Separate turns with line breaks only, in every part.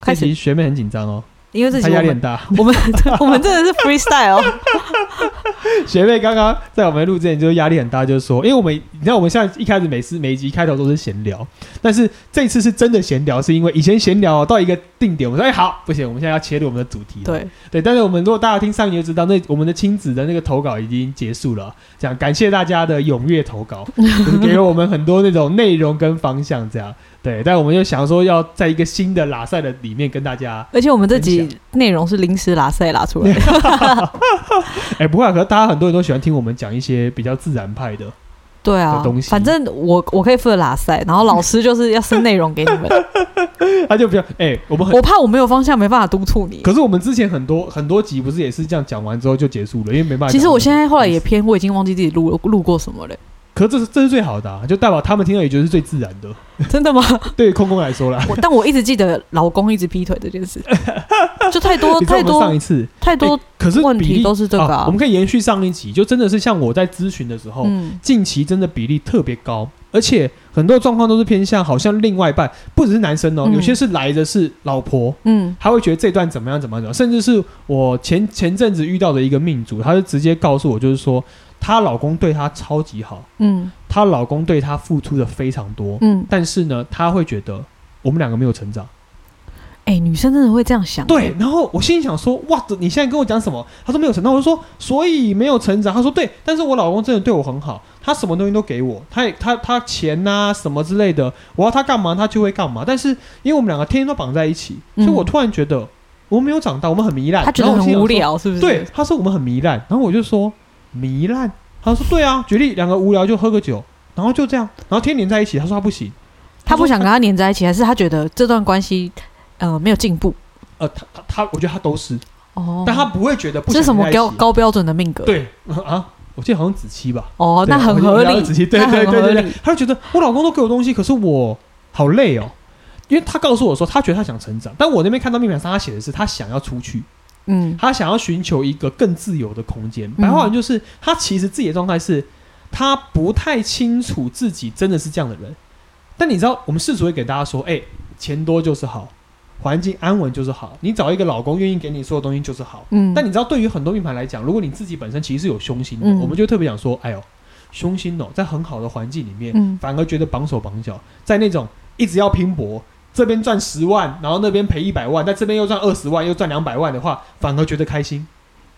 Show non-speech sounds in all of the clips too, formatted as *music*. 开
这
始
题，哎学妹很紧张哦，
因为这
她
集
压
我
力很
们
大。 *laughs*
我们 *laughs* 我们真的是 freestyle，
学妹刚刚在我们录之前就压力很大，就是说，因为我们你知道我们现在一开始每次每一集开头都是闲聊，但是这一次是真的闲聊，是因为以前闲聊到一个定点，我们说哎、好不行，我们现在要切入我们的主题了。
对，
对，但是我们如果大家听上一集就知道，那我们的亲子的那个投稿已经结束了，这样感谢大家的踊跃投稿，就是给了我们很多那种内容跟方向这样。对，但我们就想说要在一个新的拉赛的里面跟大家，
而且我们这
分
集内容是临时拉塞拉出来的，
*laughs* 哎，不过可能大家很多人都喜欢听我们讲一些比较自然派的，
*laughs*
*laughs*
对啊
的东，西
反正我我可以负责拉塞，然后老师就是要生内容给你
*laughs*
们，
他就比较哎，我们很。
我怕我没有方向，没办法督促你。
可是我们之前很多很多集不是也是这样讲完之后就结束了，因为没啊办法讲那么多。
其实我现在后来也偏，我已经忘记自己录录过什
*laughs*
么了。
可这是这是最好的、啊，就代表他们听到也觉得是最自然
*laughs*
的。
真的吗？
对于空空来说啦，
我但我一直记得老公一直劈腿这件
*laughs*
事，就太多
你知道我们
太
上
多
一哎次，
太多
可是
问
比例
题都是这个、
啊我们可以延续上一集，就真的是像我在咨询的时候，
嗯，
近期真的比例特别高，而且很多状况都是偏向好像另外一半，不只是男生哦，
嗯
有些是来的是老婆。
嗯
他会觉得这段怎么样怎么样怎么样，甚至是我前前阵子遇到的一个命主，他就直接告诉我，就是说她老公对她超级好，
嗯
她老公对她付出的非常多，
嗯，
但是呢，她会觉得我们两个没有成长。
哎、女生真的会这样想，
对，，然后我心里想说，哇，你现在跟我讲什么？她说没有成长，我就说所以没有成长。她说对，但是我老公真的对我很好，他什么东西都给我，他也他他钱呐、什么之类的，我要他干嘛他就会干嘛。但是因为我们两个天天都绑在一起，所以我
嗯
突然觉得我们没有长大，我们很糜烂。
她觉
然
得
后我
很
心想
无
说
聊，是不是？
对，，他说我们很糜烂，然后我就说糜烂，他说对啊，举例两个无聊就喝个酒，然后就这样，然后天天在一起，他说他不行，
她不
说
想跟他黏在一起，还是她觉得这段关系呃没有进步？
呃，他他他，我觉得他都是，
哦，
但他不会觉得不
这是什
想
么
跟他一
高
起
高标准的命格？，
对 *laughs* 啊，我记得好像子期吧，
哦，那
对我
很
记得
合
好像
理，
子期对
那
对
很
对
合
对对
理，，
他就觉得我老公都给我东西，可是我好累哦。因为他告诉我说，他觉得他想成长，但我那边看到命盘上他写的是他想要出去，
嗯
他想要寻求一个更自由的空间。白话文就是他其实自己的状态是，他不太清楚自己真的是这样的人。但你知道，我们世俗会给大家说，哎、钱多就是好，环境安稳就是好，你找一个老公愿意给你所有东西就是好。
嗯，
但你知道，对于很多命盘来讲，如果你自己本身其实是有凶心的，
嗯
我们就会特别想说，哎呦，凶心哦，在很好的环境里面，
嗯
反而觉得绑手绑脚，在那种一直要拼搏，这边赚十万，然后那边赔一百万，在这边又赚二十万，又赚两百万的话，反而觉得开心。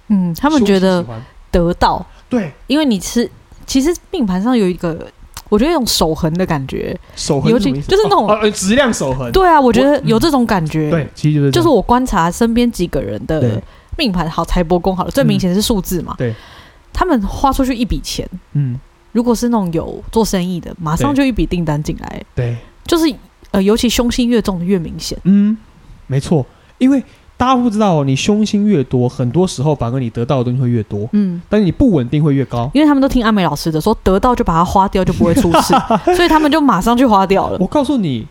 嗯，他们
休息
觉得
喜欢
得到
对
因为你吃，其实命盘上有一个，我觉得有一种守恒的感觉。
守恒
尤
什
其
么意思，
就是那种
哦哦呃质量守恒。
对啊，我觉得
嗯
有这种感觉。
对，其实就是这
就
样
是我观察身边几个人的
对嗯
命盘，好财帛宫好了，最明显是数字嘛。
对，
他们花出去一笔钱，
嗯，
如果是那种有做生意的，马上就一笔订单进来，
对，
就是呃，尤其凶心越重的越明显。
嗯，没错，因为大家不知道哦，你凶心越多，很多时候反而你得到的东西会越多，
嗯，
但是你不稳定会越高。
因为他们都听阿美老师的，说得到就把它花掉，就不会出事，所以他们就马上去花掉了
我。告诉你，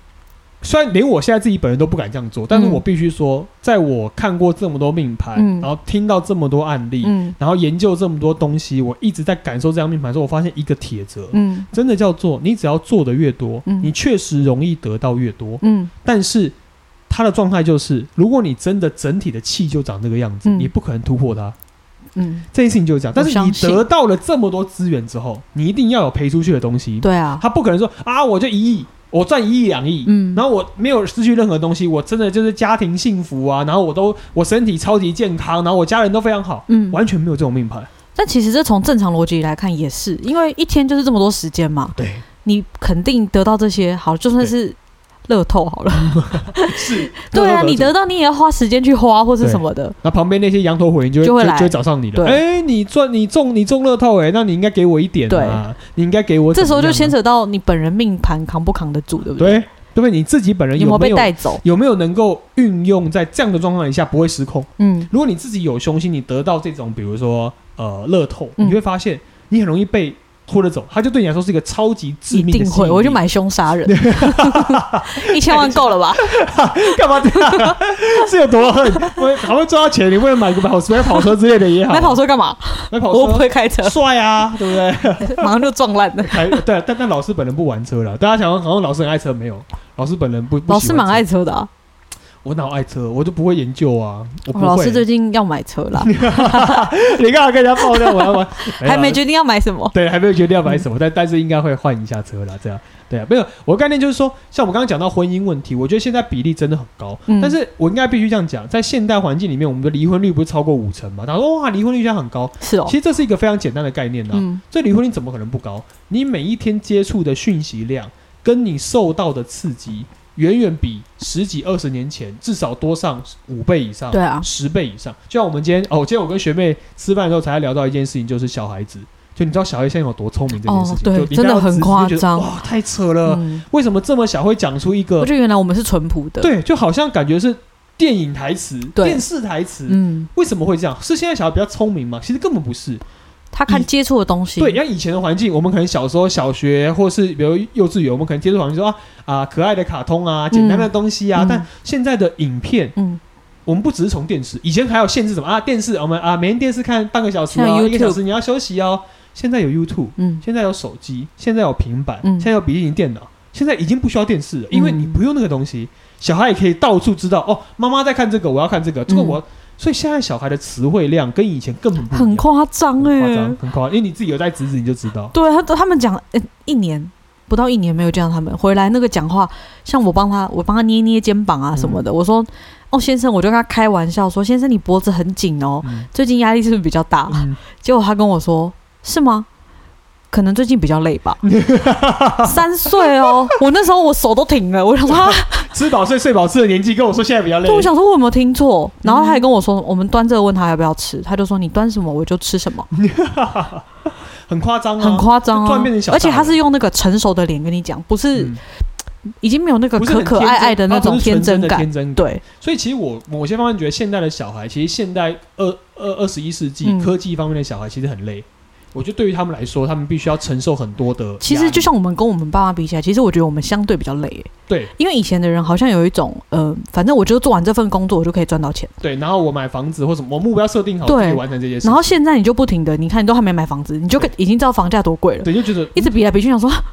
虽然连我现在自己本人都不敢这样做，但是
嗯
我必须说，在我看过这么多命盘，
嗯
然后听到这么多案例，
嗯
然后研究这么多东西，我一直在感受这张命盘的时候，我发现一个铁则。
嗯
真的叫做，你只要做的越多，
嗯
你确实容易得到越多。
嗯
但是他的状态就是，如果你真的整体的气就长这个样子，
嗯
你不可能突破它。
嗯，
这件事情就是这样。但是
我
你
相信
得到了这么多资源之后，你一定要有赔出去的东西。
对啊，
他不可能说啊，我就一亿，我赚一亿两亿，
嗯
然后我没有失去任何东西，我真的就是家庭幸福啊，然后我都我身体超级健康，然后我家人都非常好，
嗯，
完全没有这种命盘。
但其实这从正常逻辑来看也是，因为一天就是这么多时间嘛，
对，
你肯定得到这些，好，就算是乐透好了，
是，
对啊，你得
的。
到你也要花时间去花或是什么的，
那旁边那些羊头火灵就会
就会来
就会找上你了。
对
哎、你赚你中你中乐透哎、那你应该给我一点啊，你应该给我怎
这
么
时
样啊、
候就牵扯到你本人命盘扛不扛得住，对不对？
对对不对？你自己本人
有没
有
有
没
被
有
带走？
有没有能够运用在这样的状况底下不会失控？
嗯
如果你自己有凶心，你得到这种比如说呃乐透，
嗯
你会发现你很容易被拖着走，它就对你来说是一个超级致
一
命的
定
吸引
会，
力
我就。买凶
*laughs*
杀人，一千万够了吧？
*laughs* 干嘛这样？啊是有多恨？我还会赚到钱，你为了买个跑买跑车之类的也好，
买跑车干嘛？
买跑
我又不
车，
会开车
帅啊，对不对？ *laughs*
马上就撞烂了。
还对，啊但但老师本人不玩车了。大家想好像老师很爱车没有？老师本人不，不
老
喜
师
欢
蛮
车
爱车的啊，
我哪有爱车，我就不会研究啊，我不
我
会。
哦
哎
老师最近要买车啦，
*laughs* 你干嘛跟人家爆料？我要
*laughs*
玩，啊
还没
决
决定要买什么。
*laughs* 对，还没有决定要买什么，
嗯
但但是应该会换一下车啦，这样对啊，没有。我的概念就是说，像我们刚刚讲到婚姻问题，我觉得现在比例真的很高，
嗯
但是我应该必须这样讲，在现代环境里面，我们的离婚率不是超过五成嘛？他说哇，离婚率现在很高，
是哦
其，实这是一个非常简单的概念呐、啊
嗯，
这离婚率怎么可能不高？你每一天接触的讯息量，跟你受到的刺激，远远比十几二十年前至少多上五倍以上，
对啊，
十倍以上。就像我们今天哦，今天我跟学妹吃饭的时候才聊到一件事情，就是小孩子。就你知道小孩现在有多聪明这件事情，
哦对
就你
真的
大家
很
仔细
夸
就觉得
张
哇，太扯了！
嗯，
为什么这么小会讲出一
我
个？
觉得原来我们是淳朴
呃
的，，
对，就好像感觉是电影台词、
对
电视台词。
嗯，
为什么会这样？是现在小孩比较聪明吗？其实根本不是，
他看接触的东
嗯
西，
对，像以前的环境，我们可能小时候小学或是比如幼稚园，我们可能接触环境说啊啊可爱的卡通啊，简单的东西啊。
嗯
但现在的影片，
嗯，
我们不只是从电视，以前还有限制什么啊电视，我们啊每天电视看半个小时
像
哦，
YouTube
一个小时你要休息哦。现在有 YouTube，
嗯
现在有手机，现在有平板，
嗯
现在有笔记本电脑，现在已经不需要电视了，因为你不用那个东西，小孩也可以到处知道哦，妈妈在看这个，我要看这个，
嗯
这个我。所以现在小孩的词汇量跟以前根本不一样
很哦夸
很
张
夸
哎
张，，很欸夸张，因为你自己有在侄子，你就知道。
对他他们讲，哎，一年不到一年没有见到他们回来那个讲话，像我帮他我帮他捏捏肩膀啊什么
嗯
的，我说哦先生，我就跟他开玩笑说先生你脖子很紧哦，
嗯
最近压力是不是比较大？
嗯，
结果他跟我说：“是吗？可能最近比较累
*laughs*
吧。”三岁哦，我那时候我手都停了，我想说，啊
吃饱睡，睡饱吃的年纪，跟我说现在比 *laughs* 较累嗯
对，。我想说我有没有听错？然后他还跟我说，我们端这个问他要不要吃，他就说你端什么我就吃什
*laughs*
么，
很夸张啊，
很夸张
就突然
啊
变成！小大
而
人
且他是用那个成熟的脸跟你讲，不是、
嗯
已经没有那个
不是
可
很
可
天
爱
真
爱的那
他不
种
是
天
纯真
真
的
感。
天真感。
对，
所以其实我某些方面觉得现在的小孩，其实现代二二二十一世纪
嗯
科技方面的小孩其实很累。我觉得对于他们来说，他们必须要承受很多的压力。
其实就像我们跟我们爸妈比起来，其实我觉得我们相对比较累耶，
对
因为以前的人好像有一种，呃，反正我就做完这份工作，我就可以赚到钱。
对，然后我买房子或什么，我目标设定好，
对
自己完成这些事。
然后现在你就不停的，你看你都还没买房子，你就可已经知道房价多贵了，
对，就觉得
一直比来比去，想说 *laughs* 啊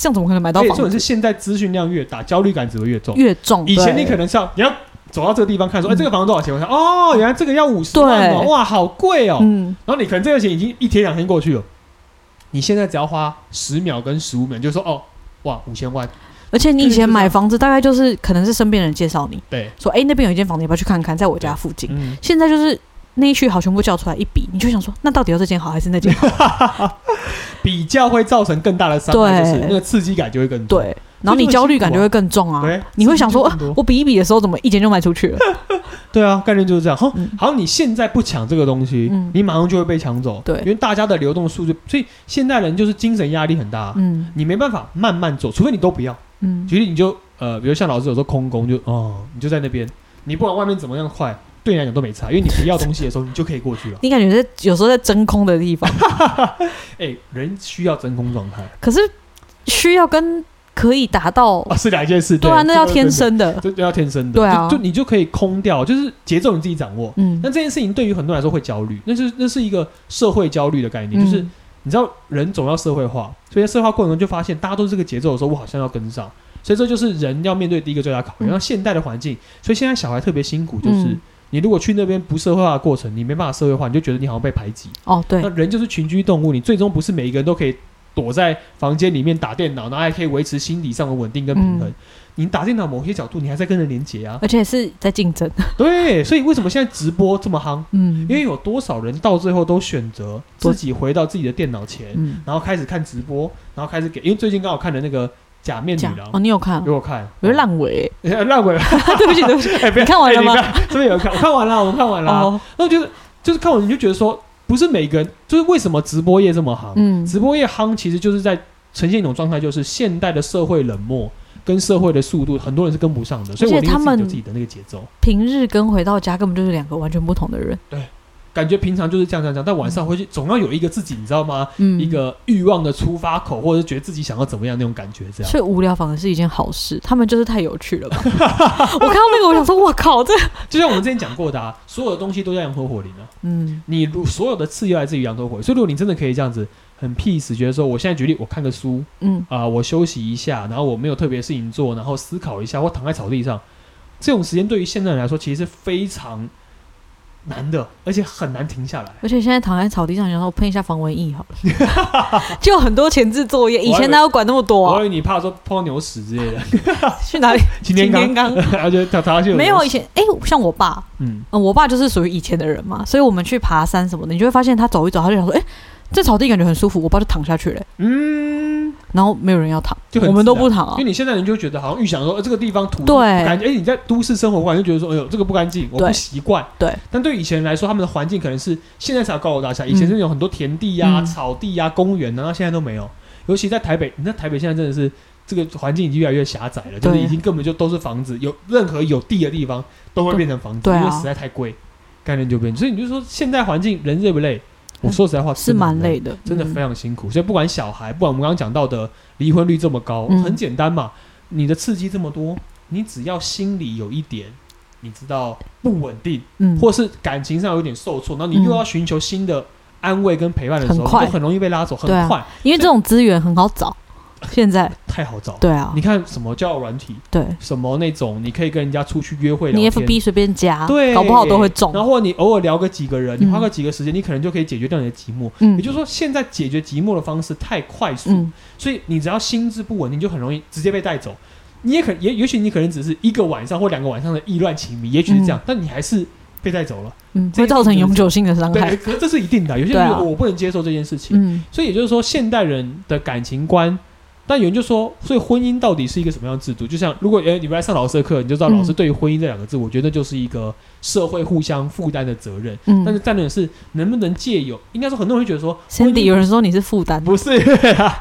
这样怎么可能买
而
到
且
房
重点是
子？
现在资讯量越大，焦虑感只会越重。
越重，
以前
对
你可能是要你要走到这个地方看说，哎、
嗯
这个房子多少钱？我想，哦，原来这个要五十万哦，
对
哇，好贵哦。
嗯，
然后你可能这个钱已经一天两天过去了，你现在只要花十秒跟十五秒，你就说哦，哇，五千万，
而且你以前买房子大概就是可能是身边人介绍你
对，
说，哎，那边有一间房子，要不要去看看，在我家附近。
嗯，
现在就是那一区好全部叫出来一比，你就想说，那到底要这间好还是那间好？
比较会造成更大的伤害，就
对
是那个刺激感就会更多。
对，然后你焦虑感就会更重啊，
对，
你会想说，
刺激
啊
就更多
我比一比的时候，怎么一间就卖出去了？
对啊，概念就是这样。好
嗯，
好，你现在不抢这个东西
嗯，
你马上就会被抢走。
对
因为大家的流动数据，所以现代人就是精神压力很大，
嗯
你没办法慢慢做，除非你都不要。
嗯，
举例你就呃，比如像老师有时候空工就哦，你就在那边，你不管外面怎么样快，对你来讲都没差，因为你不要东西的时候，你就可以过去了。
*laughs* 你感觉在有时候在真空的地方，
哎、人需要真空状态
可是需要跟可以达到
啊，是两件事。
对啊，那要天
生，*laughs*
生的。
这这要天生的。
对啊
就就你就可以空掉，就是节奏你自己掌握。
嗯
那，这件事情对于很多人来说会焦虑，那是那是一个社会焦虑的概念，就是
嗯
你知道人总要社会化，所以在社会化过程中就发现大家都是这个节奏的时候，我好像要跟上，所以这就是人要面对第一个最大考验。
嗯
那、现代的环境，所以现在小孩特别辛苦，就是、
嗯
你如果去那边不社会化的过程，你没办法社会化，你就觉得你好像被排挤。
哦，对
那，人就是群居动物，你最终不是每一个人都可以躲在房间里面打电脑，然后还可以维持心理上的稳定跟平衡。
嗯
你打电脑某些角度，你还在跟人连接啊。
而且是在竞争，
对，所以为什么现在直播这么夯？
嗯
因为有多少人到最后都选择自己回到自己的电脑前，
嗯，
然后开始看直播，然后开始给，因为最近刚好看的那个《假面女
讲
郎
哦，》你有看
给？我看，
我是烂尾，
哎 *laughs* 烂
*laughs*
尾，
对不起，对不起，
哎，不要
你看完了吗
哎你看这边有看，我看完了，我看完了。
哦，
那我觉得就是看完你就觉得说，不是每个人，就是为什么直播业这么夯？
嗯，
直播业夯其实就是在呈现一种状态，就是现代的社会冷漠跟社会的速度，很多人是跟不上的，所以我
而且
宁愿
他
自己
们
有自己的那个节奏。
平日跟回到家根本就是两个完全不同的人，
感觉平常就是这样这样这样，但晚上回去总要有一个自己，你知道吗？
嗯，
一，个欲望的出发口，或者是觉得自己想要怎么样那种感觉，这
*laughs*
样。
所以无聊反而是一件好事，他们就是太有趣了吧？我看到那个，我想说，哇靠，这，
就像我们之前讲过的、啊，所有的东西都叫羊头火灵啊。
嗯
你如所有的刺又来自于羊头火灵，所以如果你真的可以这样子很 peace，觉得说我现在举例，我看个书
嗯，
啊、我休息一下，然后我没有特别事情做，然后思考一下，或躺在草地上，这种时间对于现在人来说，其实是非常难的，而且很难停下来。
而且现在躺在草地上，想说我喷一下防蚊液好了， *laughs* 就有很多前置作业，以前哪有管那么多
我以
啊？
为你怕说碰到牛屎之类
*laughs*
的，
去哪里？
今天刚
擎天，刚
*laughs* 然后就他他就
没有以，前，哎、像我爸，
嗯，
嗯，我爸就是属于以前的人嘛，所以我们去爬山什么的，你就会发现他走一走，他就想说，哎、这草地感觉很舒服，我爸就躺下去了、
嗯，
然后没有人要躺，
就很
我们都
自然
不躺啊
因为，你现在人就觉得好像预想说，呃这个地方土
对
感觉，哎，你在都市生活环境就觉得说，哎呦，这个不干净，我不
对
习惯。
对，
但对以前人来说，他们的环境可能是现在才有高楼大厦，以前是有很多田地呀、
嗯
草地呀、公园啊，那现在都没有。尤其在台北，你在台北现在真的是这个环境已经越来越狭窄了，就是
对
已经根本就都是房子，有任何有地的地方都会变成房子，
对
因为
啊
实在太贵，概念就变。所以你就说现在环境人累不累？我说实在话，
嗯是
真的很
蛮累的，
真的
嗯
非常辛苦。所以不管小孩，不管我们刚刚讲到的离婚率这么高，
嗯
很简单嘛，你的刺激这么多，你只要心里有一点，你知道不稳定，
嗯，
或是感情上有点受挫，然后你又要寻求新的安慰跟陪伴的时候，
很快
你就很容易被拉走，很
对啊
快，
因为这种资源很好找，现
*laughs*
在
太好找。
对啊
你，看什么叫软体，
对
什么那种你可以跟人家出去约会聊
你
天。
FB 随便加，
对，
啊搞不好都会中
然，后或你偶尔聊个几个人，你
嗯
花个几个时间，你可能就可以解决掉你的寂寞。
嗯
也就是说，现在解决寂寞的方式太快速，
嗯，
所以你只要心智不稳定，就很容易直接被带走。你也可也也许你可能只是一个晚上或两个晚上的意乱情迷，也许是这样，但你还是被带走了。
嗯，
这
会造成永久性的伤
对，
害。
可这是一定的。有些
嗯对
人
啊
觉得我不能接受这件事情，
嗯，
所以也就是说，现代人的感情观。但有人就说，所以婚姻到底是一个什么样的制度？就像如果哎诶、你们来上老师的课，你就知道
嗯
老师对于婚姻这两个字，我觉得就是一个社会互相负担的责任。
嗯
但是战略是能不能借由，应该说很多人会觉得说
Cindy 有人说你是负担，
不哦是、 *laughs* 啊，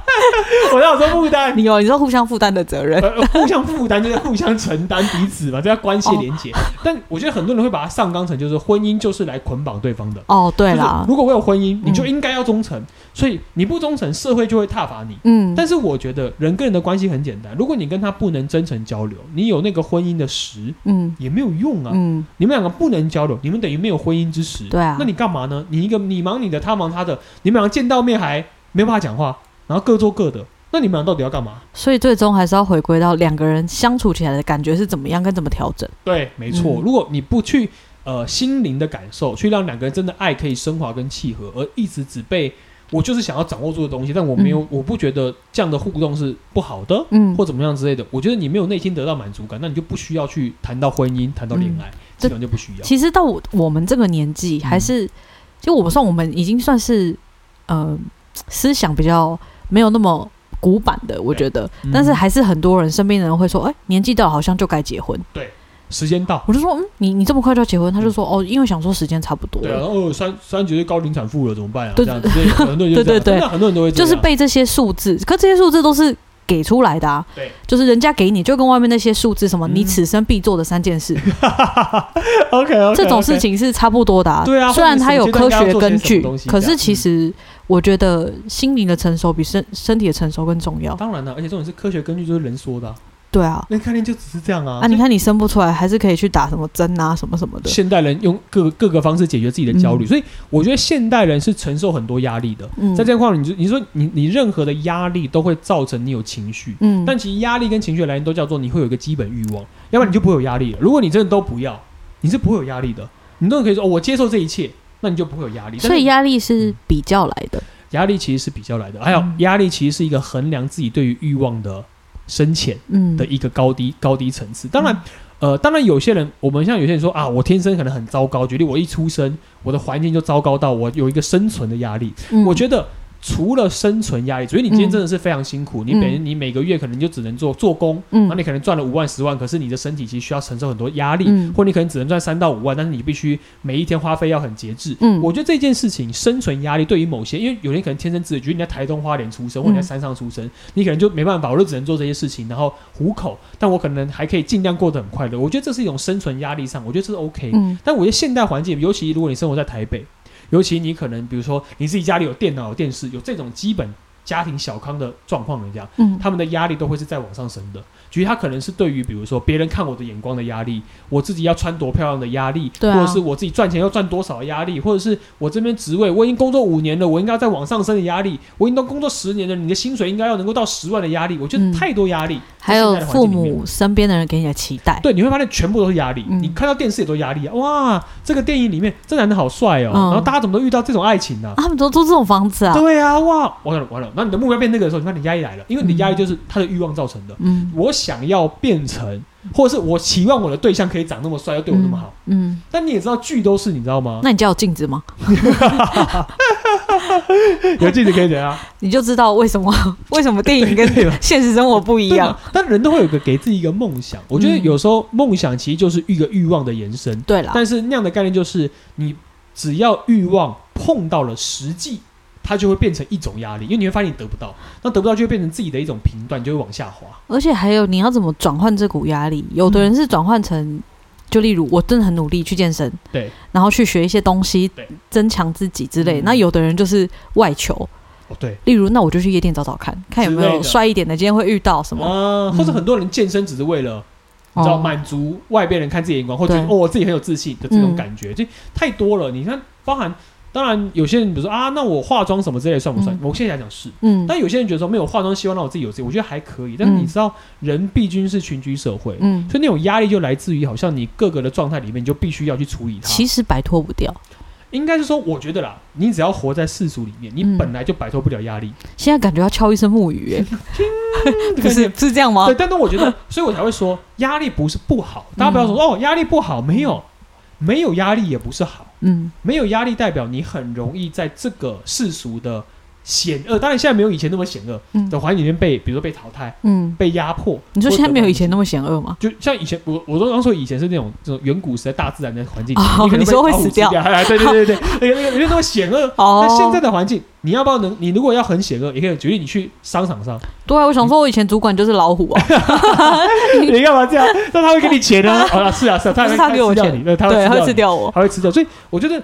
我要说负担，
你有你说互相负担的责任。
呃，互相负担就是互相承担彼此嘛，这叫关系连
哦
结。但我觉得很多人会把它上纲成就是婚姻就是来捆绑对方的。
哦，对
就是
啦，
如果我有婚姻，你就
嗯
应该要忠诚，所以你不忠诚，社会就会挞伐你。
嗯，
但是我觉得人跟人的关系很简单，如果你跟他不能真诚交流，你有那个婚姻的实
嗯
也没有用啊。
嗯，
你们两个不能交流，你们等于没有婚姻之实。
对啊
那你干嘛呢？你一个你忙你的，他忙他的，你们两个见到面还没办法讲话，然后各做各的，那你们俩到底要干嘛？
所以最终还是要回归到两个人相处起来的感觉是怎么样，跟怎么调整。
对，没错。
嗯
如果你不去呃心灵的感受，去让两个人真的爱可以升华跟契合，而一直只被我就是想要掌握住的东西，但我没有，我不觉得这样的互动是不好的，
嗯，
或怎么样之类的。我觉得你没有内心得到满足感，那你就不需要去谈到婚姻，谈到恋
嗯
爱，基本上就不需要。
其实到我我们这个年纪，还是、
嗯
就我们算我们已经算是呃思想比较没有那么古板的，我觉得，
嗯
但是还是很多人身边的人会说，哎、年纪到了好像就该结婚。
时间到，
我就说，嗯，你你这么快就要结婚？他就说，哦，因为想说时间差不多
对啊，
了，
哦，三三十九岁高龄产妇了，怎么办啊？这
对
样子，所以很多人就这样
对对
真
对
的很多人都会这
就
样
是
*laughs*
被这些数字，可这些数字都是给出来的啊，
对，
就是人家给你，就跟外面那些数字什么，
嗯
你此生必做的三
*laughs*
件事，
OK OK
这种事情是差不多的、啊
啊对啊
虽然它有科学根
或者你什么阶段要做些什么
据
东西，
可
这样
是其实我觉得心灵的成熟比身身体的成熟更重要。
当然了，而且这种是科学根据，就是人说的啊、
对啊，
那概念就只是这样啊。
啊，你看你生不出来，还是可以去打什么针啊，什么什么的。
现代人用各个各个方式解决自己的焦虑，所以我觉得现代人是承受很多压力的。
嗯
在这样况，你就你说你你任何的压力都会造成你有情绪，
嗯，
但其实压力跟情绪的来源都叫做你会有一个基本欲望，要不然你就不会有压力了。如果你真的都不要，你是不会有压力的。你都可以说、哦、我接受这一切，那你就不会有压力。但是
所以压力是比较来的。
压力其实是比较来的，还有
嗯
压力其实是一个衡量自己对于欲望的深浅
嗯，
的一个高低高低层次。当然，呃，当然有些人，我们像有些人说啊，我天生可能很糟糕，举例我一出生，我的环境就糟糕到我有一个生存的压力。
嗯，
我觉得除了生存压力，所以你今天真的是非常辛苦，你每
嗯
你每个月可能就只能做做工，那
嗯
你可能赚了五万十万，可是你的身体其实需要承受很多压力，
嗯
或你可能只能赚三到五万，但是你必须每一天花费要很节制。
嗯
我觉得这件事情生存压力对于某些，因为有人可能天生自己，觉得你在台东花莲出生，或你在
嗯
山上出生，你可能就没办法，我就只能做这些事情，然后糊口，但我可能还可以尽量过得很快乐。我觉得这是一种生存压力上，我觉得这是 OK。
嗯
但我觉得现代环境，尤其如果你生活在台北，尤其你可能比如说你自己家里有电脑、有电视，有这种基本。家庭小康的状况人家，
嗯，
他们的压力都会是在往上升的。举例，他可能是对于比如说别人看我的眼光的压力，我自己要穿多漂亮的压力，
对啊
或者是我自己赚钱要赚多少的压力，或者是我这边职位我已经工作五年了，我应该再往上升的压力，我已经都工作十年了，你的薪水应该要能够到十万的压力，我觉得
嗯
太多压力。
还有
在现在的环
父
境里面
母身边的人给你的期待，
对，你会发现全部都是压力。
嗯
你看到电视也都压力啊！哇，这个电影里面这男的好帅哦，
嗯
然后大家怎么都遇到这种爱情呢、
啊，他们都住这种房子啊，
对啊，哇，完了完了，那你的目标变那个的时候，你发现你压力来了，因为你的压力就是他的欲望造成的。
嗯，
我想要变成，或者是我期望我的对象可以长那么帅，又对我那么好。
嗯，
但你也知道，剧都是你知道吗
嗯，？那你家有镜子吗？
*laughs* 有镜子可以怎啊样？
你就知道为什么 *laughs* 为什么电 *laughs* 影跟
*laughs* 对吧
现实生活不
*laughs*
一
对
样
嘛。？但人都会有个给自己一个梦想。我觉得
嗯
有时候梦想其实就是一个欲望的延伸，
对啦，
啊但是那样的概念就是，你只要欲望碰到了实际，它就会变成一种压力，因为你会发现你得不到，那得不到就会变成自己的一种评断，就会往下滑。
而且还有你要怎么转换这股压力？有
嗯
的人是转换成，就例如我真的很努力去健身，
对，
然后去学一些东西
对，
增强自己之类。
嗯
那有的人就是外求，
哦，对
例如那我就去夜店找找看，看有没
之类
有
的
帅一点的，今天会遇到什么？
啊，
嗯
或者很多人健身只是为了。你知道
哦，
满足外边人看自己的眼光，或者觉得
对
哦我自己很有自信的这种
嗯
感觉，就太多了。你看，包含当然有些人比如说啊，那我化妆什么之类的算不算
嗯？
某些人来讲是，
嗯
但有些人觉得说没有化妆，希望让我自己有自己，我觉得还可以。但是
嗯
你知道，人毕竟是群居社会，
嗯，
所以那种压力就来自于好像你各个的状态里面，你就必须要去处理它。
其实摆脱不掉。
应该是说，我觉得啦，你只要活在世俗里面，你
嗯
本来就摆脱不了
*laughs*
压力。
现在感觉要敲一声木鱼，
*laughs* 这个
哎，不
概念
是是这样吗
对，？但但我觉得，所以我才会说，压力不是不好，大家不要说、哦，压力不好，没有，没有压力也不是好，
嗯
没有压力代表你很容易在这个世俗的险恶，当然现在没有以前那么险恶
嗯
的环境里面被，比如说被淘汰、
嗯，
被压迫。
你说现在没有以前
那
那么险恶吗？
就像以前，我我都刚说以前是那种这种远古时代大自然的环境，
哦
可能
你说
被
会
老虎
死
吃掉，
掉
哎对对对对，那个那个没有那么险恶。
哦
那，现在的环境，你要不要能？你如果要很险恶，也可以举例，你去商场上，
对啊，我想说，我以前主管就是老虎啊，
你干嘛这样？那他会给你钱呢？好了，是啊，是啊，他
不
会
是他给我
吃掉
钱
你， *laughs* 对，他会
对，
吃
他
掉
会
你
吃，掉我。
他会吃掉。所以我觉得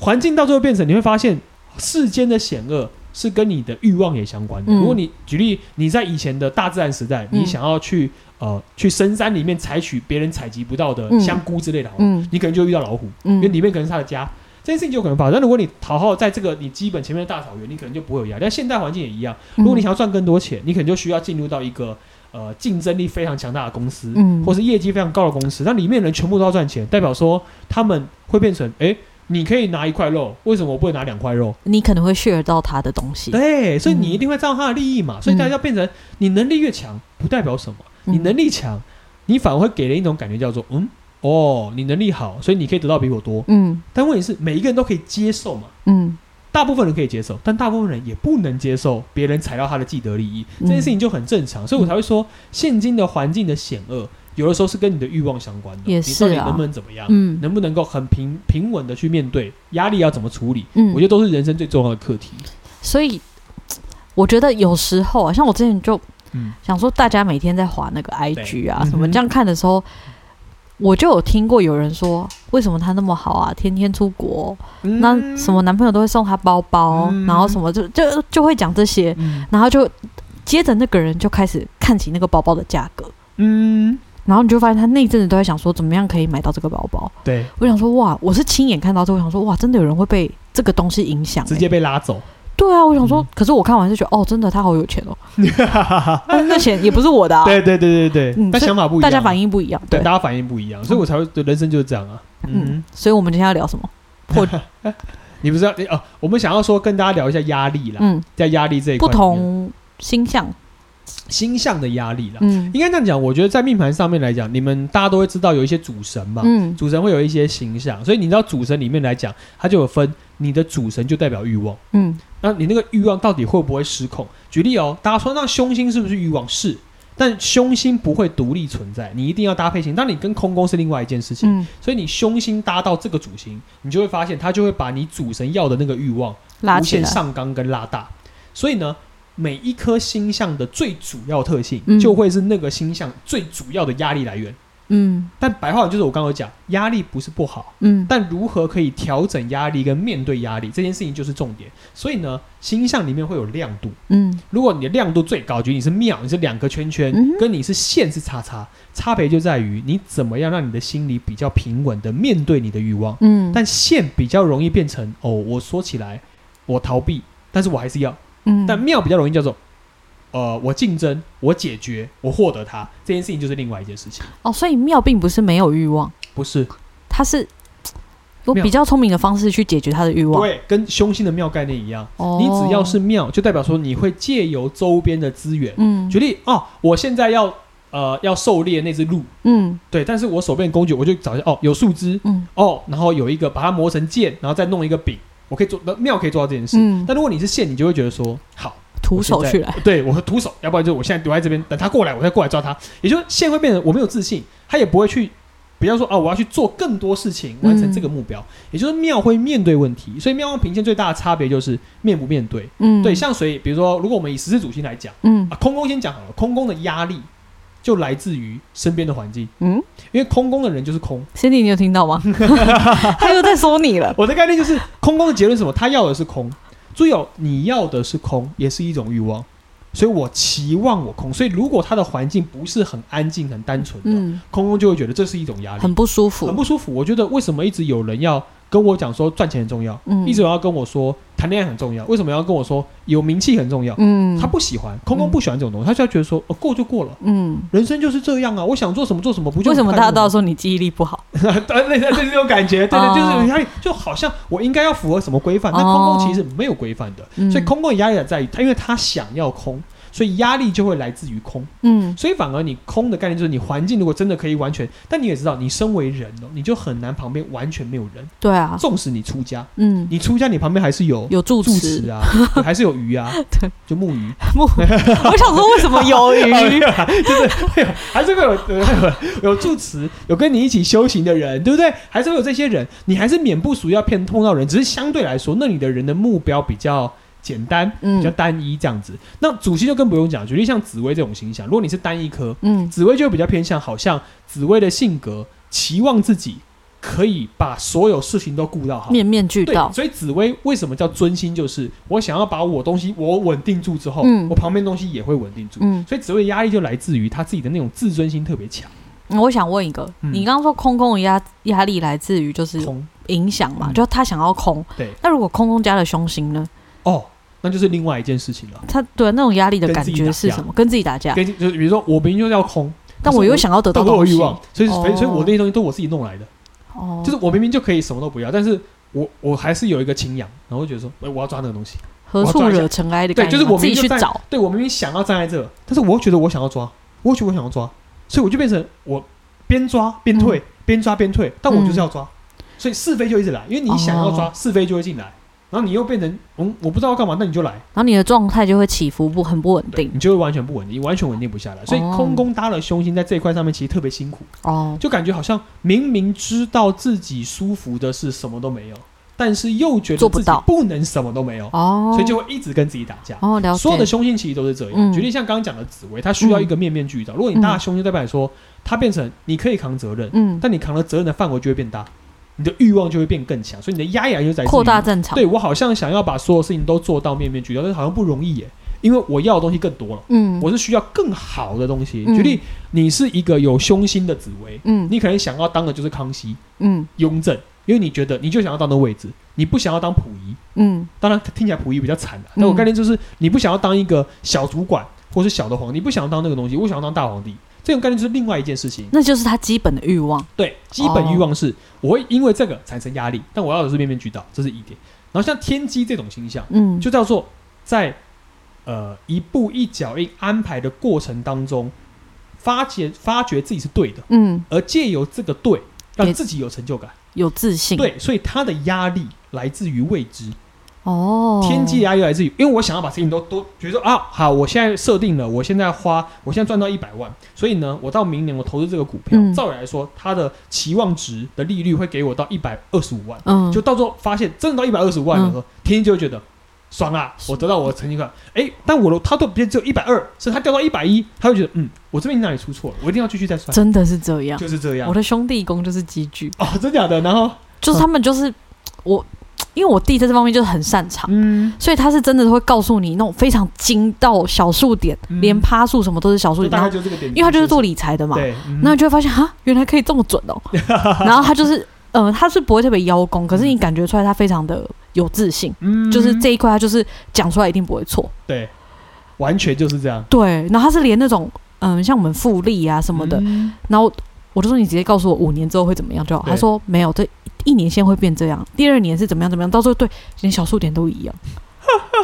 环境到最后变成，你会发现世间的险恶是跟你的欲望也相关的。
嗯
如果你举例，你在以前的大自然时代，
嗯
你想要去呃去深山里面采取别人采集不到的
嗯
香菇之类的好了，
嗯
你可能就遇到老虎，因为
嗯
里面可能是他的家。这件事情就有可能发生。但如果你讨好在这个你基本前面的大草原，你可能就不会有压力。但现代环境也一样，
嗯
如果你想要赚更多钱，你可能就需要进入到一个呃竞争力非常强大的公司，
嗯
或是业绩非常高的公司，那里面人全部都要赚钱，代表说他们会变成，哎、你可以拿一块肉，为什么我不能拿两块肉？
你可能会 share 到他的东西。
对，所以你一定会占到他的利益嘛。所以大家
嗯
要变成，你能力越强，不代表什么，
嗯
你能力强，你反而会给人一种感觉叫做，嗯，哦，你能力好，所以你可以得到比我多。
嗯
但问题是，每一个人都可以接受嘛。
嗯
大部分人可以接受，但大部分人也不能接受别人踩到他的既得利益，
嗯
这件事情就很正常，所以我才会说，现今的环境的险恶，有的时候是跟你的欲望相关的，
也是啊
你到底能不能怎么样，
嗯
能不能够很平平稳的去面对压力，要怎么处理，
嗯
我觉得都是人生最重要的课题。
所以我觉得有时候啊，像我之前就
嗯，
想说，大家每天在划那个 IG 啊
嗯哼
什么，这样看的时候，我就有听过有人说，为什么他那么好啊，天天出国，那什么男朋友都会送他包包，
嗯
然后什么就就就会讲这些，
嗯？
然后就接着那个人就开始看起那个包包的价格。
嗯嗯，
然后你就发现他那一阵子都在想说，怎么样可以买到这个包包？
对，
我想说，哇，我是亲眼看到这，我想说，哇，真的有人会被这个东西影响、欸，
直接被拉走，
对啊，我想说，
嗯
可是我看完是觉得，哦，真的他好有
*laughs*
钱哦，但是那钱也不是我的啊，
对对对对对，
哎嗯
但
所以
想法不一样，
大家反
应
应不一样，
对
对，
大家反应不一样，所以我才会对人生就是这样啊。嗯
嗯，，所以我们今天要聊什么？
你不知道你哦，我们想要说跟大家聊一下压力啦，
嗯，
在压力这一块
不
里面
同星象，
星象的压力啦。
嗯
应该这样讲，我觉得在命盘上面来讲，你们大家都会知道有一些主神嘛，
嗯
主神会有一些形象，所以你知道主神里面来讲，它就有分你的主神就代表欲望，
嗯
那你那个欲望到底会不会失控？举例哦，大家说那凶星是不是欲望？是，但凶星不会独立存在，你一定要搭配星。当你跟空宫是另外一件事情，
嗯，
所以你凶星搭到这个主星，你就会发现它就会把你主神要的那个欲望
拉
无
起
限
来，
上纲跟拉大。所以呢，每一颗星象的最主要特性
嗯，
就会是那个星象最主要的压力来源。
嗯
但白话文就是我刚刚有讲，压力不是不好，
嗯
但如何可以调整压力跟面对压力这件事情就是重点。所以呢，星象里面会有亮度，
嗯
如果你的亮度最高，就你是庙，你是两个圈圈，
嗯哼
跟你是线是叉叉，差别就在于你怎么样让你的心里比较平稳的面对你的欲望。
嗯，
但线比较容易变成哦，我说起来我逃避，但是我还是要；
嗯
但庙比较容易叫做。呃，我竞争，我解决，我获得它，这件事情就是另外一件事情，
哦，所以妙并不是没有欲望，
不是
它是用
妙
比较聪明的方式去解决他的欲望。
对，跟凶星的庙概念一样。
哦，
你只要是庙，就代表说你会借由周边的资源，
嗯
举例哦，我现在要呃要狩猎那只鹿，
嗯
对，但是我手边的工具，我就找一下哦，有树枝
嗯
哦，然后有一个把它磨成剑，然后再弄一个柄，我可以做庙可以做到这件事。
嗯，
但如果你是线，你就会觉得说好，
徒手
我现在
去来，
对我会徒手，要不然就我现在留在这边等他过来，我再过来抓他。也就是线会变得我没有自信，他也不会去，不要说啊，我要去做更多事情完成这
嗯
个目标。也就是庙会面对问题，所以庙和平线最大的差别就是面不面对。
嗯，
对，像谁，比如说，如果我们以十四主星来讲
嗯
啊，空宫先讲好了，空宫的压力就来自于身边的环境，
嗯
因为空宫的人就是空。
，Cindy，你有听到
*laughs*
吗？他又在说你了。
我的概念就是空宫的结论是什么？他要的是空。注意哦，你要的是空，也是一种欲望。所以我期望我空。所以如果他的环境不是很安静、很单纯的，
嗯，
空宫就会觉得这是一种压力，
很不舒服。
很不舒服。我觉得为什么一直有人要跟我讲说赚钱很重要，
嗯
一直有人要跟我说谈恋爱很重要，为什么要跟我说有名气很重要？
嗯，
他不喜欢，空宫不喜欢这种东西，他就要觉得说哦过就过了。
嗯，
人生就是这样啊！我想做什么做什么，不就
为什么大家都要
到
说你记忆力不好？
*laughs* 对类似类似这种感觉？对对，
哦
就是有压力，就好像我应该要符合什么规范，但空
哦
宫其实没有规范的，
嗯
所以空宫的压力也在于他，因为他想要空，所以压力就会来自于空，
嗯
所以反而你空的概念就是你环境如果真的可以完全，但你也知道，你身为人哦，你就很难旁边完全没有人，*laughs*
对啊，
纵使你出家，
嗯，
你出家你旁边还是有
有助
住
词
持。啊，对还是有鱼啊，
*laughs* 对，
就木鱼，
不 *laughs* 我想说为什么鱿
*laughs*
鱼？
啊没有就是会有，还是会有呃有有住持，有跟你一起修行的人，对不对？还是会有这些人，你还是免不俗要骗碰到人，只是相对来说，那你的人的目标比较简单，比较
嗯
单一这样子。那主星就更不用讲，举例像紫薇这种形象，如果你是单一颗，
嗯
紫薇就会比较偏向，好像紫薇的性格期望自己可以把所有事情都顾到好。
面面俱
对
到，。
所以紫薇为什么叫尊心？就是我想要把我东西我稳定住之后，
嗯
我旁边东西也会稳定住。
嗯，
所以紫薇压力就来自于他自己的那种自尊心特别强，
我想问一个，
嗯
你刚刚说空空的压压力来自于就是
空
影响嘛，
嗯
就他想要空。
对
那如果空空加了凶星呢？
哦，那就是另外一件事情了。
他对那种压力的
跟
感
自己
觉
打
是
架
什么？跟自己打架，
跟就是比如说我明明就是要空，可
但
是我
我又想啊要得到
但我有
东
欲
西。
望，所以
哦
所以所以我那些东西都我自己弄来的，
哦，
就是我明明就可以什么都不要，但是我我还是有一个情痒，然后会觉得说，哎，我要抓那个东西。
何
我
处
要抓一下
惹尘埃的
对
概念
就是
嘛
我
自己
明明
去
就在
找。
对我明明想要站在这，但是我又觉得我想要抓，我又觉得我想要抓，所以我就变成我边抓边
嗯
退，边抓边退，但我就是要抓，所以是非就一直来，因为你想要
哦
抓，是非就会进来，然后你又变成嗯我不知道要干嘛，那你就来，
然后你的状态就会起伏不很不稳
对
定
你就会完全不稳定，完全稳定不下来。所以
哦
空宫搭了凶星，在这一块上面其实特别辛苦，
哦，
就感觉好像明明知道自己舒服的是什么都没有，但是又觉
做
得
不
自己
到
不能什么都没有，
哦，
所以就会一直跟自己打架。
哦了解
所有的凶星其实都是这样。
嗯
举例像刚刚讲的紫薇，它需要一个面面俱到。如果你搭
嗯
了凶星，代表说它变成你可以扛责任，
嗯
但你扛的责任的范围就会变大，你的欲望就会变更强，所以你的压力就在
扩大
这。
战场
对我好像想要把所有事情都做到面面俱到，但是好像不容易耶，因为我要的东西更多了，
嗯
我是需要更好的东西。
嗯
举例，你是一个有凶星的紫薇，
嗯
你可能想要当的就是康熙、
嗯
雍正，因为你觉得你就想要当那位置，你不想要当溥仪。
嗯
当然听起来溥仪比较惨、啊，但我
嗯
概念就是你不想要当一个小主管或是小的皇帝，不想要当那个东西，我想要当大皇帝。这种概念就是另外一件事情，
那就是他基本的欲望
对，基本欲望
哦
是、我会因为这个产生压力，但我要的是面面俱到，这是一点。然后像天机这种形象，
嗯
就叫做在呃一步一脚印安排的过程当中，发觉发觉自己是对的，
嗯
而借由这个对，
给
让自己有成就感。
有自信
对，所以他的压力来自于未知。
哦
天机啊压力来自于，因为我想要把事情都都，比如说啊，好，我现在设定了，我现在花，我现在赚到一百万，所以呢，我到明年我投资这个股票，
嗯
照理来说，它的期望值的利率会给我到一百二十五万，
嗯
就到时候发现真的到一百二十五万的时候，天机就会觉得爽啦，我得到我的成就感。哎、但我的他都别只有一百二，是他掉到一百一，他就觉得嗯，我这边哪里出错了，我一定要继续再算，
真的是这样。
就是这样
我。的兄弟宫就是积聚，
哦，真假的？然后
就是他们就是、我，因为我弟在这方面就是很擅长，
嗯，
所以他是真的会告诉你那种非常精到小数点，
嗯
连趴数什么都是小数
就
点，
大概
然后
就这个点，
因为他就是做理财的嘛，
对，嗯
那你就会发现哈，原来可以这么准
*laughs*
哦。然后他就是，呃，他是不会特别邀功，可是你感觉出来他非常的有自信，
嗯
就是这一块他就是讲出来一定不会错。
对，完全就是这样
对，然后他是连那种，嗯、像我们复利啊什么的，
嗯
然后我就说你直接告诉我五年之后会怎么样就好。
对
他说没有，这一年先会变这样，第二年是怎么样怎么样，到最后对连小数点
*laughs*
都一样，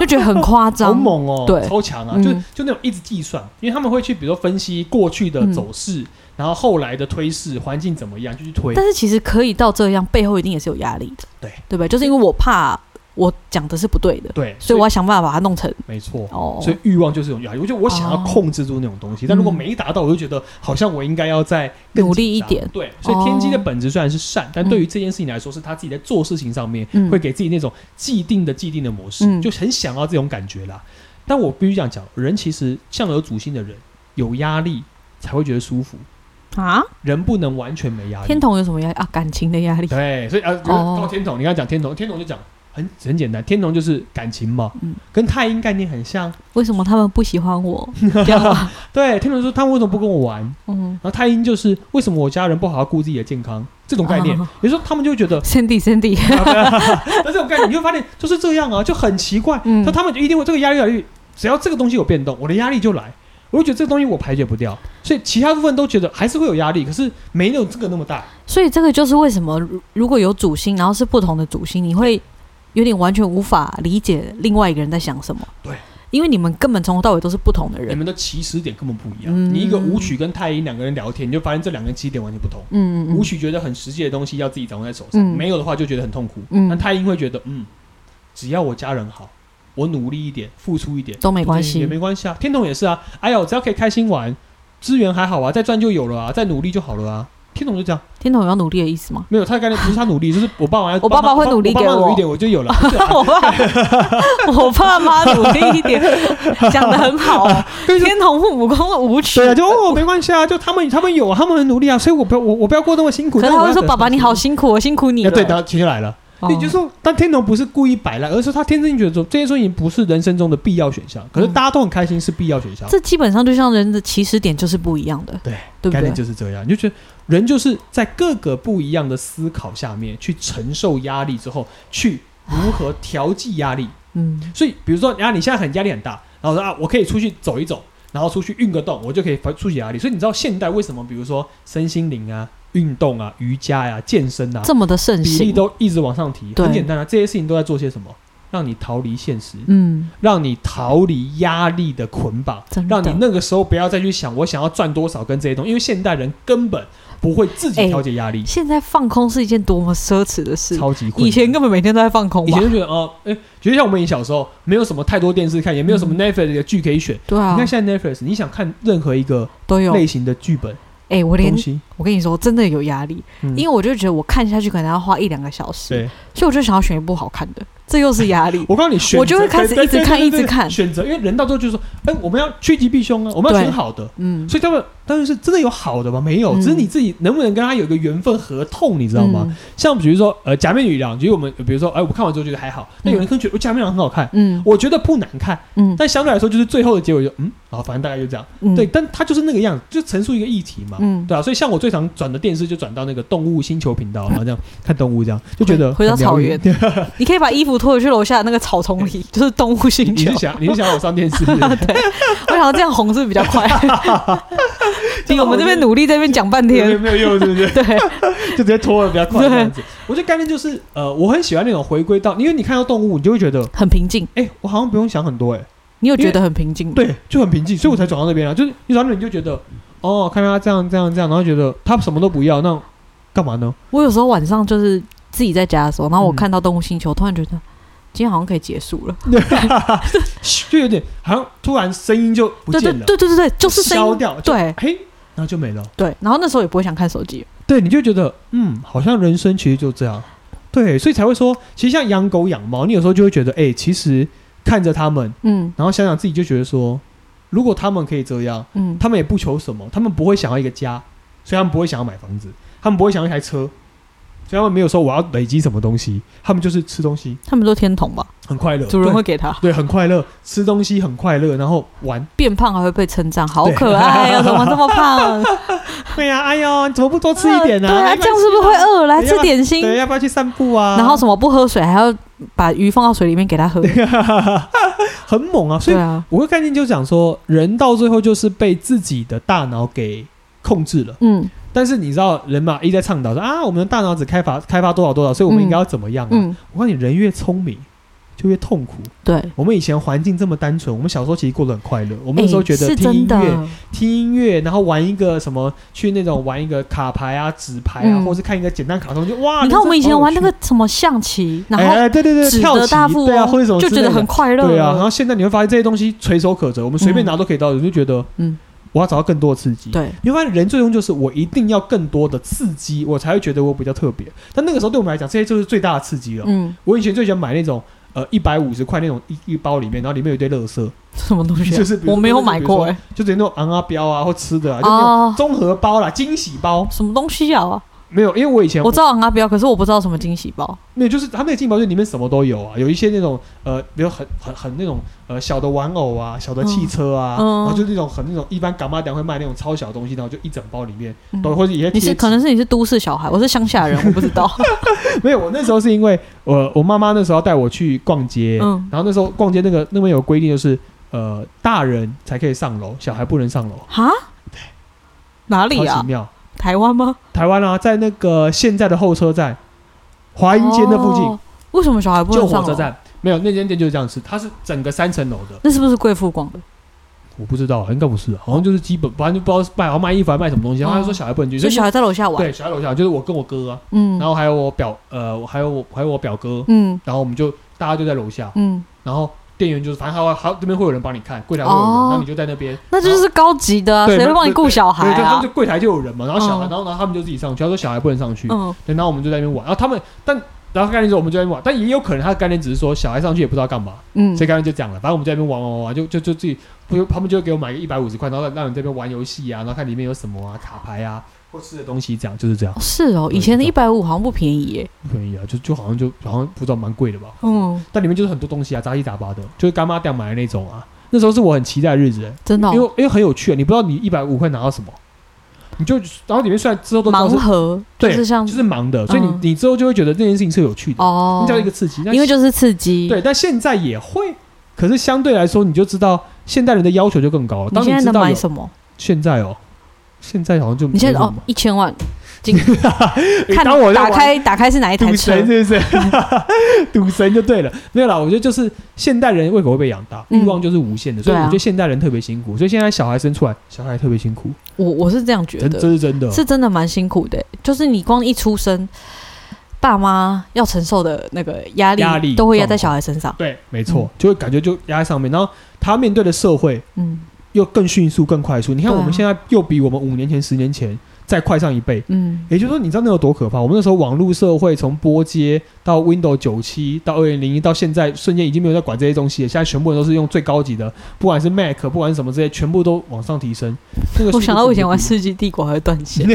就觉得很夸
好
张。
猛哦，
对
超强啊！
嗯
就就那种一直计算，因为他们会去，比如说分析过去
嗯
的走势，然后后来的推势，环境怎么样，就去推。
但是其实可以到这样，背后一定也是有压力的，
对
对吧？就是因为我怕我讲的是不对的，
对，
所以我要想办法把它弄成
没错。
哦。
所以欲望就是一种压力，我觉得我想要
哦
控制住那种东西，但如果
嗯
没达到，我就觉得好像我应该要再更
努力一
紧
点哦
张对，所以天机的本质虽然是善，但对于这件事情来说，是他自己在做事情上面
嗯
会给自己那种既定的既定的模式，
嗯
就很想要这种感觉啦。但我必须这样讲，人其实像有主心的人，有压力才会觉得舒服，
啊，
人不能完全没压力。
天童有什么压力啊？感情的压力。
对，所以啊，
哦
到天童，你刚才讲天童，天童就讲很很简单，天童就是感情嘛，
嗯
跟太阴概念很像。
为什么他们不喜欢我？ *laughs* 这样吗？
对，天童说他们为什么不跟我玩？
嗯
然后太阴就是为什么我家人不好好顾自己的健康这种概念
哦，，
有时候他们就会觉得
，Cindy *laughs* Cindy，
那这种概念你会发现就是这样啊，就很奇怪。
嗯
那、他们就一定会这个压力来越，只要这个东西有变动，我的压力就来。我就觉得这个东西我排解不掉，所以其他部分都觉得还是会有压力，可是没有这个那么大。
所以这个就是为什么如如果有主心，然后是不同的主心，你会有点完全无法理解另外一个人在想什么。
对，
因为你们根本从头到尾都是不同的
你
人。
们的起始点根本不一样。
嗯
你一个舞曲跟太阴两个人聊天，你就发现这两个人起点完全不同。
嗯嗯
舞
嗯，
曲觉得很实际的东西要自己掌握在手上，
嗯
没有的话就觉得很痛苦。
嗯
那太阴会觉得，嗯，只要我家人好，我努力一点，付出一点，
都没关
也
系。
没关系啊。天童也是啊，哎呀，我只要可以开心玩，资源还好啊，再赚就有了啊，再努力就好了啊。天童就这样，
天童有要努力的意思
*laughs*
吗？ *laughs*
没有他的概念不是他努力，就是我爸妈要，
我爸妈会努力
我爸
给
妈
我
努力一点，我就有了。不是啊
我爸，我爸妈努力
*laughs*
一点，讲的很好、哦。
对就
天童父母宫舞曲
对，啊，就哦，没关系啊，就他们他们有啊，他们很努力啊，所以我不要我我不要过那么辛苦。啊
可是
但
他
我
会
要
说：“
得
爸爸
到
你好辛苦，我辛苦你
啊
了。”
对，然后钱就来了。
哦，
对，就是说，但天童不是故意摆烂，而是他天真觉得说这件事情不是人生中的必要选项。可是大家都很开心是必要选项，
这基本上就像人的起始点就是不一样的，
对
对不
概
对
念？就是这样。你就觉得人就是在各个不一样的思考下面去承受压力之后，去如何调剂压力。
嗯
所以，比如说，啊，你现在很压力很大，然后说啊，我可以出去走一走，然后出去运个动，我就可以疏解压力。所以你知道现代为什么，比如说身心灵啊、运动啊、瑜伽呀、健身啊，
这么的盛
比例
行，
都一直往上提，
嗯对
很简单啊，这些事情都在做些什么？让你逃离现实，
嗯，
让你逃离压力的捆绑，
真的
让你那个时候不要再去想我想要赚多少跟这些东西，因为现代人根本不会自
哎
己调节压力，
现在放空是一件多么奢侈的事，
超级困难
以前根本每天都在放空
以
吧
前？就觉得哦，哎、觉得像我们以前小时候没有什么太多电视看，也没有什么 Netflix 的剧可以选。
对嗯啊
你，看现在 Netflix，你想看任何一个
都有。
类型的剧本
哎、我连
东西，
我跟你说，真的有压力，
嗯
因为我就觉得我看下去可能要花一两个小时，
对，
所以我就想要选一部好看的，这又是压力。
我告诉你，选择
我就会开始
对
一直
对对
看
对
一直看
选择，因为人到最后就是说，哎、我们要趋吉避凶啊，我们要
对
选好的，
嗯，
所以他们当然是真的有好的吗？没有，
嗯
只是你自己能不能跟他有一个缘分合痛，你知道吗？像比如说呃，假面女郎，就是我们比如说哎、我看完之后觉得还好，那有人可能觉得、哦假面女郎很好看，
嗯？嗯
我觉得不难看，
嗯
但相对来说就是最后的结尾就嗯，好，反正大概就这样。
嗯，
对，，但它就是那个样子，就陈述一个议题嘛。
嗯，
对啊，所以像我最常转的电视就转到那个动物星球频道，然后这样看动物，这样就觉得
回回到
很疗
草
愈
原。 *laughs* 你可以把衣服脱回去楼下那个草丛里，就是动物星
哎你
球
是。想你是想我上电视？是不是
我想要这样红是不是比较
*laughs*
快，比我们这边努力在那边讲半
没
*laughs* 天
有。没有用，是不
*laughs*
是？
对，
就直接脱了比较快
对
这样子。我觉得概念就是，呃，我很喜欢那种回归到，因为你看到动物，你就会觉得，
很平静。
哎、我好像不用想很多、哎，
你有觉得很平静吗？
对，就很平静，所以我才转到那边啊。就是你转到那边你就觉得，哦，看到他这样这样这样，然后觉得他什么都不要，那干嘛呢？
*laughs* 我有时候晚上就是自己在家的时候，然后我
嗯
看到《动物星球》，突然觉得今天好像可以结束了。
嘘就有点好像突然声音就不
对对
见了，
对对对对，就是声
消
音。
掉，就
对
嘿，然后就没了。
对，然后那时候也不会想看手机。
对，你就觉得，嗯，好像人生其实就这样。对，所以才会说，其实像养狗养猫，你有时候就会觉得，哎、其实看着他们，
嗯
然后想想自己就觉得说，如果他们可以这样，
嗯
他们也不求什么，他们不会想要一个家，所以他们不会想要买房子，他们不会想要一台车，所以他们没有说我要累积什么东西，他们就是吃东西
他们都天童吧，
很快乐，
主人
对
会给他
对很快乐，吃东西很快乐，然后玩。
变胖还会被称赞，好
对
可爱 *laughs* 啊！怎么这么胖？
对呀、哎呦，你怎么不多吃一点呢、
对啊，
要
这
要
样是不是
吃
会
啊？
饿？来吃
要不要
点心。
对，要不要去散步啊？
然后什么不喝水，还要把鱼放到水里面给他喝。
*laughs* 很猛啊，所以
对啊，
我会概念就讲说，人到最后就是被自己的大脑给控制了。
嗯
但是你知道，人嘛一直在倡导说啊，我们的大脑只开发开发多少多少，所以我们应该要怎么样、啊
嗯，
我告诉你，人越聪明就越痛苦。
对。
我们以前环境这么单纯，我们小时候其实过得很快乐。我
我
们那时候觉得
是
听音
真的，
乐、听音乐，然后玩一个什么，去那种玩一个卡牌啊、纸牌啊，
嗯
或是看一个简单卡通，就哇！
你看我们以前玩那
人
个什么象棋，
生好
然
有趣，哎
后
哎对对对，
指
跳
的
棋
大富
对啊，或者什
翁，
么
就
之
觉
类
得
的
很快乐。
对啊，然后现在你会发现这些东西垂手可得，我们随便拿都可以到，你、就觉得，嗯
嗯，
我要找到更多的刺激。
对，
你会发现人最终就是我一定要更多的刺激，我才会觉得我比较特别。但那个时候对我们来讲，这些就是最大的刺激了。
嗯，
我以前最喜欢买那种呃一百五十块那种一一包里面，然后里面有一堆垃圾，
什么东西啊？
就是比如
我没有买过
就
哎，
就直接那种昂啊标啊或吃的啊，就那种
哦，
综合包啦、惊喜包。
什么东西啊？
没有，因为我以前
我知道昂阿标，可是我不知道什么惊喜包。
没有，就是它那个劲爆，就是里面什么都有啊，有一些那种呃，比如很很很那种呃小的玩偶啊，小的汽车啊，
嗯嗯
然后就那种很那种一般港妈店会卖那种超小的东西，然后就一整包里面，
嗯
都、或者一些
你是
贴纸
可能是你是都市小孩，我是乡下人，我不知
*laughs*
道。
没有，我那时候是因为呃，我妈妈那时候带我去逛街，
嗯
然后那时候逛街那个那边有规定就是呃大人才可以上楼，小孩不能上楼，
哈？哪里
超
啊
奇？妙。
台湾吗？
台湾啊，在那个现在的候车站华阴街那附近，
哦为什么小孩不
旧
能
火
上
车
楼？
站没有那间店就是这样吃，它是整个三层楼的。
那是不是贵妇逛的？
我不知道，应该不是，好像就是基本，反正就不知道是卖，好像卖衣服还卖什么东西。然后他就说小孩不能去，
所以哦小
孩
孩在楼下玩。
对小孩楼下就是我跟我哥啊，
嗯
然后还有我表呃，我还有我还有我表哥，
嗯
然后我们就大家就在楼下，
嗯，
然后店员就是反正还还这边会有人帮你看，柜台会有人，
哦
然后你就在那边，
那就是高级的啊，
对
谁会帮你顾小孩
对，就他们
啊
就？柜台就有人嘛，然后小孩，
嗯
然后然后他们就自己上去，他说小孩不能上去，
嗯
对，然后我们就在那边玩，然后他们但。然后概念说我们就在那边玩，但也有可能他的概念只是说小孩上去也不知道干嘛，
嗯
所以刚才就讲了，反正我们在那边玩玩玩玩，就就就自己，不就他们就给我买个一百五十块，然后让让你这边玩游戏啊，然后看里面有什么啊，卡牌啊，或吃的东西，这样就是这样
哦，是哦，
对
以前的
对
一百五好像不便宜耶。
不便宜啊，就就好像就好像不知道蛮贵的吧，
嗯，
但里面就是很多东西啊，杂七杂八的，就是干妈店买的那种啊，那时候是我很期待的日子、欸
真的哦
因为因为很有趣、啊，你不知道你一百五会拿到什么，你就然后里面虽然之后都知道
盲
是
盒，就
对，
是像
就是忙的，所以你、
嗯
你之后就会觉得这件事情是有趣的，
哦
那，叫一个刺激，那
因为就是刺激。
对，但现在也会，可是相对来说，你就知道现代人的要求就更高了。
你
当
现在
知
能
道
买
有
什么？
现在哦，现在好像就
你现在
没什
哦
么，
一千万，
诶
看
哎当我在
打
玩
开打开是哪一台
赌
车？
神是不是？
*laughs*
赌神就对了，没有啦。我觉得就是现代人胃口会被养大，
嗯
欲望就是无限的，所以
对啊
我觉得现代人特别辛苦。所以现在小孩生出来，小孩特别辛苦，
我我是这样觉
真
得
这，是真的。
是真的蛮辛苦的欸，就是你光一出生，爸妈要承受的那个压力，
压力
都会压
状
在
况
小孩身上。
对，没错，就会感觉就压在上面，然后他面对的社会
嗯
又更迅速、更快速。你看
对啊
我们现在又比我们五年前、十年前再快上一倍，
嗯
也就是说，你知道那有多可怕？我们那时候网络社会从拨接到 Windows 九七到二零零一到现在，瞬间已经没有在管这些东西了。现在全部人都是用最高级的，不管是 Mac，不管是什么这些，全部都往上提升。那个嗯
我想到我以前玩《
世
世纪帝国》还会断
*laughs*
线，
界，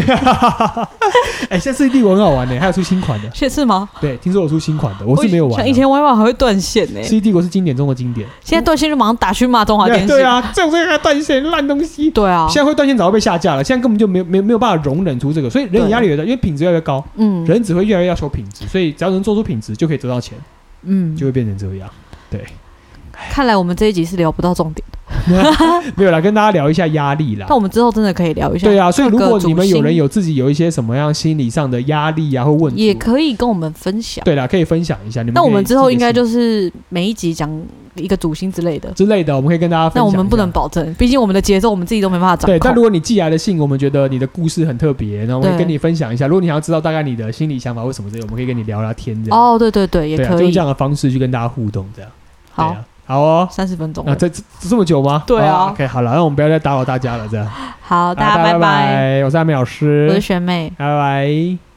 哎，现在《世纪帝国》很好玩呢、还有出新款的。
是是吗？
对，听说有出新款的，我是没有玩、
像
啊。
以
*laughs*
前玩一玩还会断线呢、
《世纪帝国》是经典中的经典。
现在断线就马上打去骂中华电
对
信。
对，啊，这种这个断线烂东西。
对啊，
现在会断线早就被下架了，现在根本就没有没有没有办法容忍出这个，所以人也压力越大，因为品质越来越高，
嗯
人只会越来越要求品质，所以只要能做出品质，就可以得到钱。
嗯
就，会变成这样。 *laughs*
看来我们这一集是聊不到重点，
没有啦，跟大家聊一下压力啦
但。我们之后真的可以聊一下。
对啊，所以如
各
果
个主
你们有人
心
有自己有一些什么样心理上的压力啊，或问题
也，可以跟我们分享。
对啦，可以分享一下。你们
那我
可以
们之后
自己
应该
心
就是每一集讲一个主心之类的，
之类的，我们可以跟大家分享
但
一
我
下。
们不能保证，毕竟我们的节奏我们自己都没办法掌控。
对，但如果你寄来的信，我们觉得你的故事很特别，然后我们会
对
跟你分享一下。如果你想要知道大概你的心理想法或什么之类，我们可以跟你聊聊天这样。
哦，对对对，也
对啊，
可
就用
以
这。样的方式去跟大家互动这样。对
好，
啊，好哦。
三十分钟了
啊，。这这这么久吗？哦
对啊
OK，好了，那我们不要再打扰大家了，这样。
好，
好
大家拜
拜，我是阿美老师，
我是学妹。
拜拜。